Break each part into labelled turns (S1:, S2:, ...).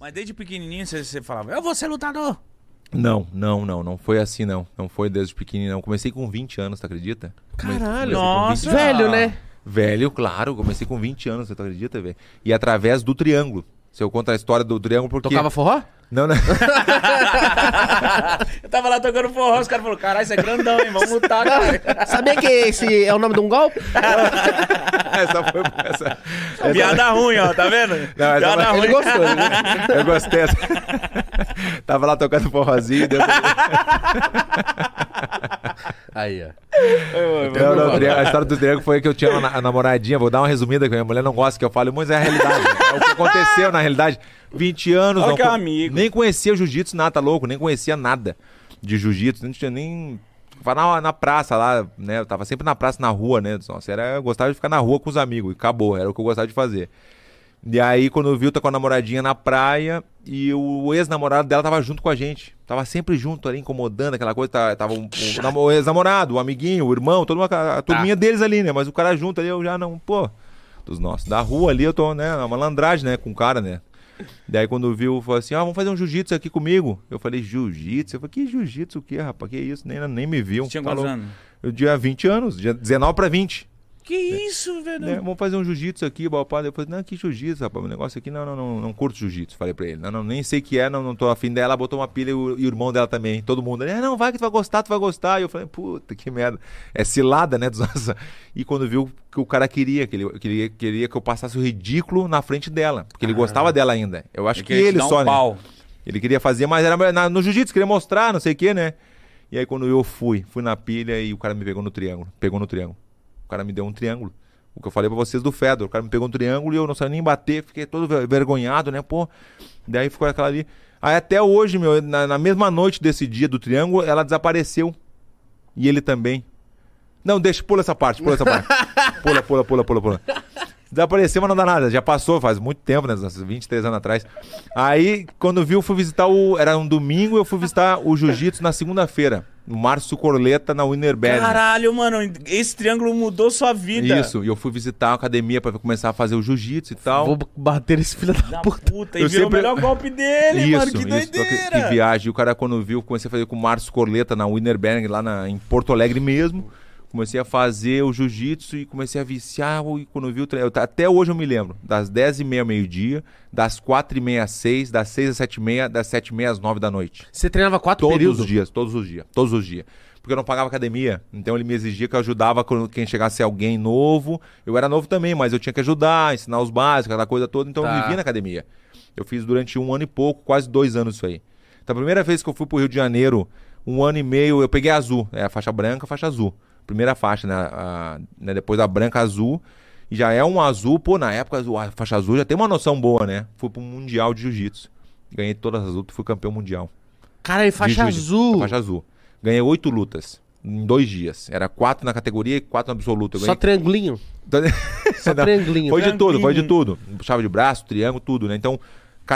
S1: Mas desde pequenininho você, você falava, eu vou ser lutador.
S2: Não, não, não, não foi assim não. Não foi desde pequenininho não. Comecei com 20 anos, tu acredita? Come-
S1: Caralho.
S2: comecei com
S1: Nossa.
S3: Velho, né?
S2: Velho, claro, comecei com 20 anos, você acredita, velho? E através do triângulo. Se eu contar a história do triângulo porque
S3: Tocava forró?
S2: Não, não.
S1: Eu tava lá tocando forró, os caras falaram, caralho, você é grandão, hein? Vamos lutar, cara.
S3: Sabia que esse é o nome de um golpe?
S2: essa foi essa.
S1: Piada ruim, ó, tá vendo?
S2: É Não, é essa-
S1: Piada ruim.
S3: Ele gostou. né?
S2: Eu gostei. Essa... Tava lá tocando forrozinho, deu
S3: Aí, ó.
S2: Não, Então, não, o triângulo- a história do triângulo foi que eu tinha uma na- a namoradinha, vou dar uma resumida que a minha mulher não gosta que eu falo, mas é a realidade. né? É o que aconteceu na realidade. 20 anos,
S1: Olha
S2: não
S1: que é um
S2: co-
S1: amigo.
S2: nem conhecia jiu-jitsu, nada, tá louco, nem conhecia nada de jiu-jitsu, não tinha nem Tava na, na praça lá, né? Eu tava sempre na praça, na rua, né? Nossa, era, eu gostava de ficar na rua com os amigos, e acabou, era o que eu gostava de fazer. E aí, quando eu vi, eu tô com a namoradinha na praia e o ex-namorado dela tava junto com a gente. Tava sempre junto ali, incomodando, aquela coisa. tá- Tava um, um namo- o ex-namorado, o amiguinho, o irmão, toda uma,
S1: Tá.
S2: a turminha deles ali, né? Mas o cara junto ali, eu já não, pô, dos nossos. Da rua ali, eu tô, né? Na malandragem, né? Com o cara, né? Daí quando viu, falou assim, ó, vamos fazer um jiu-jitsu aqui comigo. Eu falei, jiu-jitsu? Eu falei, que jiu-jitsu o quê, rapaz? Que isso? Nem, nem me viu.
S1: Você tinha
S2: Tá
S1: quantos
S2: louco.
S1: anos?
S2: Eu tinha 20 anos, dia 19 pra 20
S1: Que isso, velho?
S2: né, Vamos fazer um jiu-jitsu aqui, papá. Depois, não, que jiu-jitsu, rapaz? O negócio aqui, não, não, não, não curto jiu-jitsu. Falei pra ele, não, não, nem sei o que é, não, não tô afim dela. Botou uma pilha e o, e o irmão dela também. Todo mundo, é, não, vai que tu vai gostar, tu vai gostar. E eu falei, puta, que merda. É cilada, né? dos nossos- E quando viu que o cara queria, que ele queria, queria que eu passasse o ridículo na frente dela. Porque ele gostava dela ainda. Eu acho que
S1: Ah. queria te
S2: ele
S1: dar um
S2: só, né?
S1: pau.
S2: Ele queria fazer, mas era na- no jiu-jitsu, queria mostrar, não sei o quê, né? E aí quando eu fui, fui na pilha e o cara me pegou no triângulo. Pegou no triângulo. O cara me deu um triângulo. O que eu falei pra vocês do Fedor. O cara me pegou no triângulo e eu não sabia nem bater. Fiquei todo ver- vergonhado, né? Pô. Daí ficou aquela ali. Aí até hoje, meu, na, na mesma noite desse dia do triângulo, ela desapareceu. E ele também. Não, deixa, pula essa parte, pula essa parte. Pula, pula, pula, pula, pula. Desapareceu, mas não dá nada. Já passou faz muito tempo, né? Uns 23 anos atrás. Aí, quando viu, fui visitar o. Era um domingo, eu fui visitar o Jiu-Jitsu na segunda-feira. No Márcio Corleta, na Winterberg.
S1: Caralho, mano, esse triângulo mudou sua vida.
S2: Isso, e eu fui visitar a academia pra começar a fazer o jiu-jitsu e tal.
S3: Vou bater esse filho da
S1: Da
S3: puta.
S1: puta, e
S2: Eu
S1: virou o
S2: sempre-
S1: melhor golpe dele, mano. Que
S2: só
S1: doideira.
S2: Que, que viagem. E o cara, quando viu, comecei a fazer com o Márcio Corleta na Winterberg, lá na- em Porto Alegre mesmo. Comecei a fazer o jiu-jitsu e comecei a viciar. E quando viu, o tre- eu ta- até hoje eu me lembro. Das 10h30 ao meio-dia, das 4h30 às 6, das 6 às 7h30, das 7h30 às 9 da noite.
S3: Você treinava quatro
S2: Todos
S3: períodos?
S2: os dias, todos os dias, todos os dias. Porque eu não pagava academia, então ele me exigia que eu ajudava quando- quem chegasse alguém novo. Eu era novo também, mas eu tinha que ajudar, ensinar os básicos, aquela coisa toda, então
S3: Tá.
S2: eu vivia na academia. Eu fiz durante um ano e pouco, quase dois anos isso aí. Então a primeira vez que eu fui pro Rio de Janeiro, um ano e meio, eu peguei azul, é a faixa branca, a faixa azul. Primeira faixa, né? a- né, Depois da branca, azul. E já é um azul, pô, na época azul- a faixa azul já tem uma noção boa, né? Fui pro Mundial de Jiu-Jitsu. Ganhei todas as lutas, fui campeão mundial.
S3: Cara,
S2: De
S3: e faixa
S2: jiu-jitsu.
S3: azul.
S2: A Faixa azul. Ganhei oito lutas em dois dias. Era quatro na categoria e quatro na absoluta. Eu
S3: Só
S2: ganhei...
S3: triangulinho. Só né? triangulinho.
S2: foi de tudo,
S1: Tranquilo.
S2: foi de tudo. Chave de braço, triângulo, tudo, né? Então,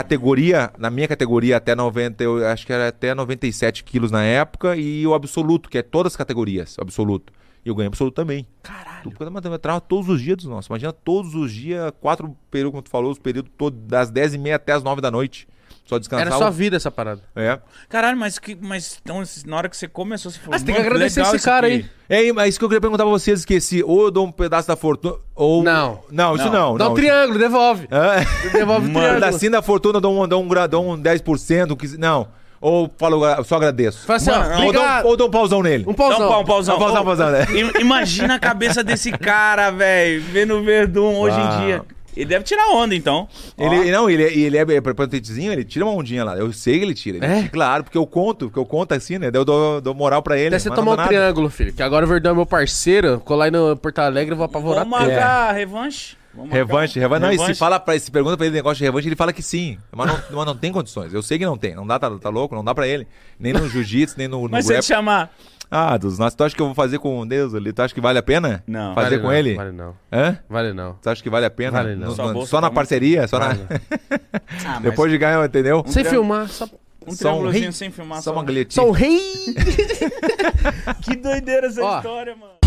S2: categoria, na minha categoria até 90, eu acho que era até 97 quilos na época e o absoluto, que é todas as categorias, o absoluto. E eu ganhei absoluto também. Caralho. Eu treinava todos os dias dos nossos. Imagina todos os dias, quatro períodos, como tu falou, os períodos todos, das 10h30 até as 9 da noite. Só
S3: Era
S2: descansava.
S3: só vida essa parada.
S2: É.
S1: Caralho, mas, que, mas então, na hora que você começou, você falou.
S3: Ah, você tem que
S1: "Mano,
S3: agradecer
S1: legal
S3: esse cara
S1: aqui."
S3: aí.
S2: É aí, mas isso que eu queria perguntar pra vocês, esqueci. Ou eu dou um pedaço da fortuna, ou...
S3: Não.
S2: Não, isso não.
S1: Não.
S2: não.
S3: Dá um triângulo, devolve.
S2: É.
S3: Devolve o
S1: Mano,
S3: triângulo.
S2: Da sim da fortuna, eu dou um, dou um, gra- dou um 10%, um 15%, não. Ou falo, eu só agradeço.
S3: Fala assim, ó,
S1: Mano,
S2: ou, dou,
S3: obrigado.
S2: ou dou um pauzão nele.
S3: Um
S1: Dá
S3: pauzão.
S1: um pau, um pauzão.
S2: Dá um pauzão,
S1: Ô,
S2: pauzão, né?
S1: im- Imagina a cabeça desse cara, velho, vendo o Verdun hoje
S2: Uau.
S1: em dia. Ele deve tirar onda, então.
S2: Ele, não, ele, ele é é prepotentezinho, ele tira uma ondinha lá. Eu sei que ele tira. ele
S3: É?
S2: tira, claro, porque eu conto, porque eu conto assim, né? Daí eu dou, dou moral pra ele.
S3: Até você
S2: mas não
S3: tomar um
S2: dou nada.
S3: triângulo, filho. Que agora o Verdão é meu parceiro. Colar aí no Porto Alegre, eu vou apavorar
S1: Vamos
S3: tudo. É.
S1: marcar a revanche? Vamos marcar
S2: É. Revanche,
S1: um-
S2: revanche. Não, e se, fala pra, se pergunta pra ele negócio de revanche, ele fala que sim. Mas não, mas não tem condições. Eu sei que não tem. Não dá, tá, tá louco? Não dá pra ele. Nem no jiu-jitsu, nem no, no
S1: Mas se ele
S2: rap.
S1: te chamar.
S2: Ah, dos nossos, tu acha que eu vou fazer com Deus ali? Tu acha que vale a pena?
S1: Não.
S2: Fazer
S3: Vale
S2: com
S3: não,
S2: ele?
S3: Vale não.
S2: Hã?
S3: Vale não.
S2: Tu acha que vale a pena?
S3: Vale não. tá
S2: Nos-
S1: Só
S2: Só,
S1: bolsa
S2: na
S1: pra-
S2: parceria? Só na...
S1: Ah, mas
S2: Depois de ganhar, entendeu?
S3: Sem
S1: triângulo.
S3: filmar, só.
S1: um
S2: Só um
S3: é
S1: triângulozinho
S2: rei-
S3: um
S1: sem filmar. só-
S2: Só uma galhetinha.
S3: Sou rei!
S1: Que doideira essa
S3: Ó.
S1: história, mano.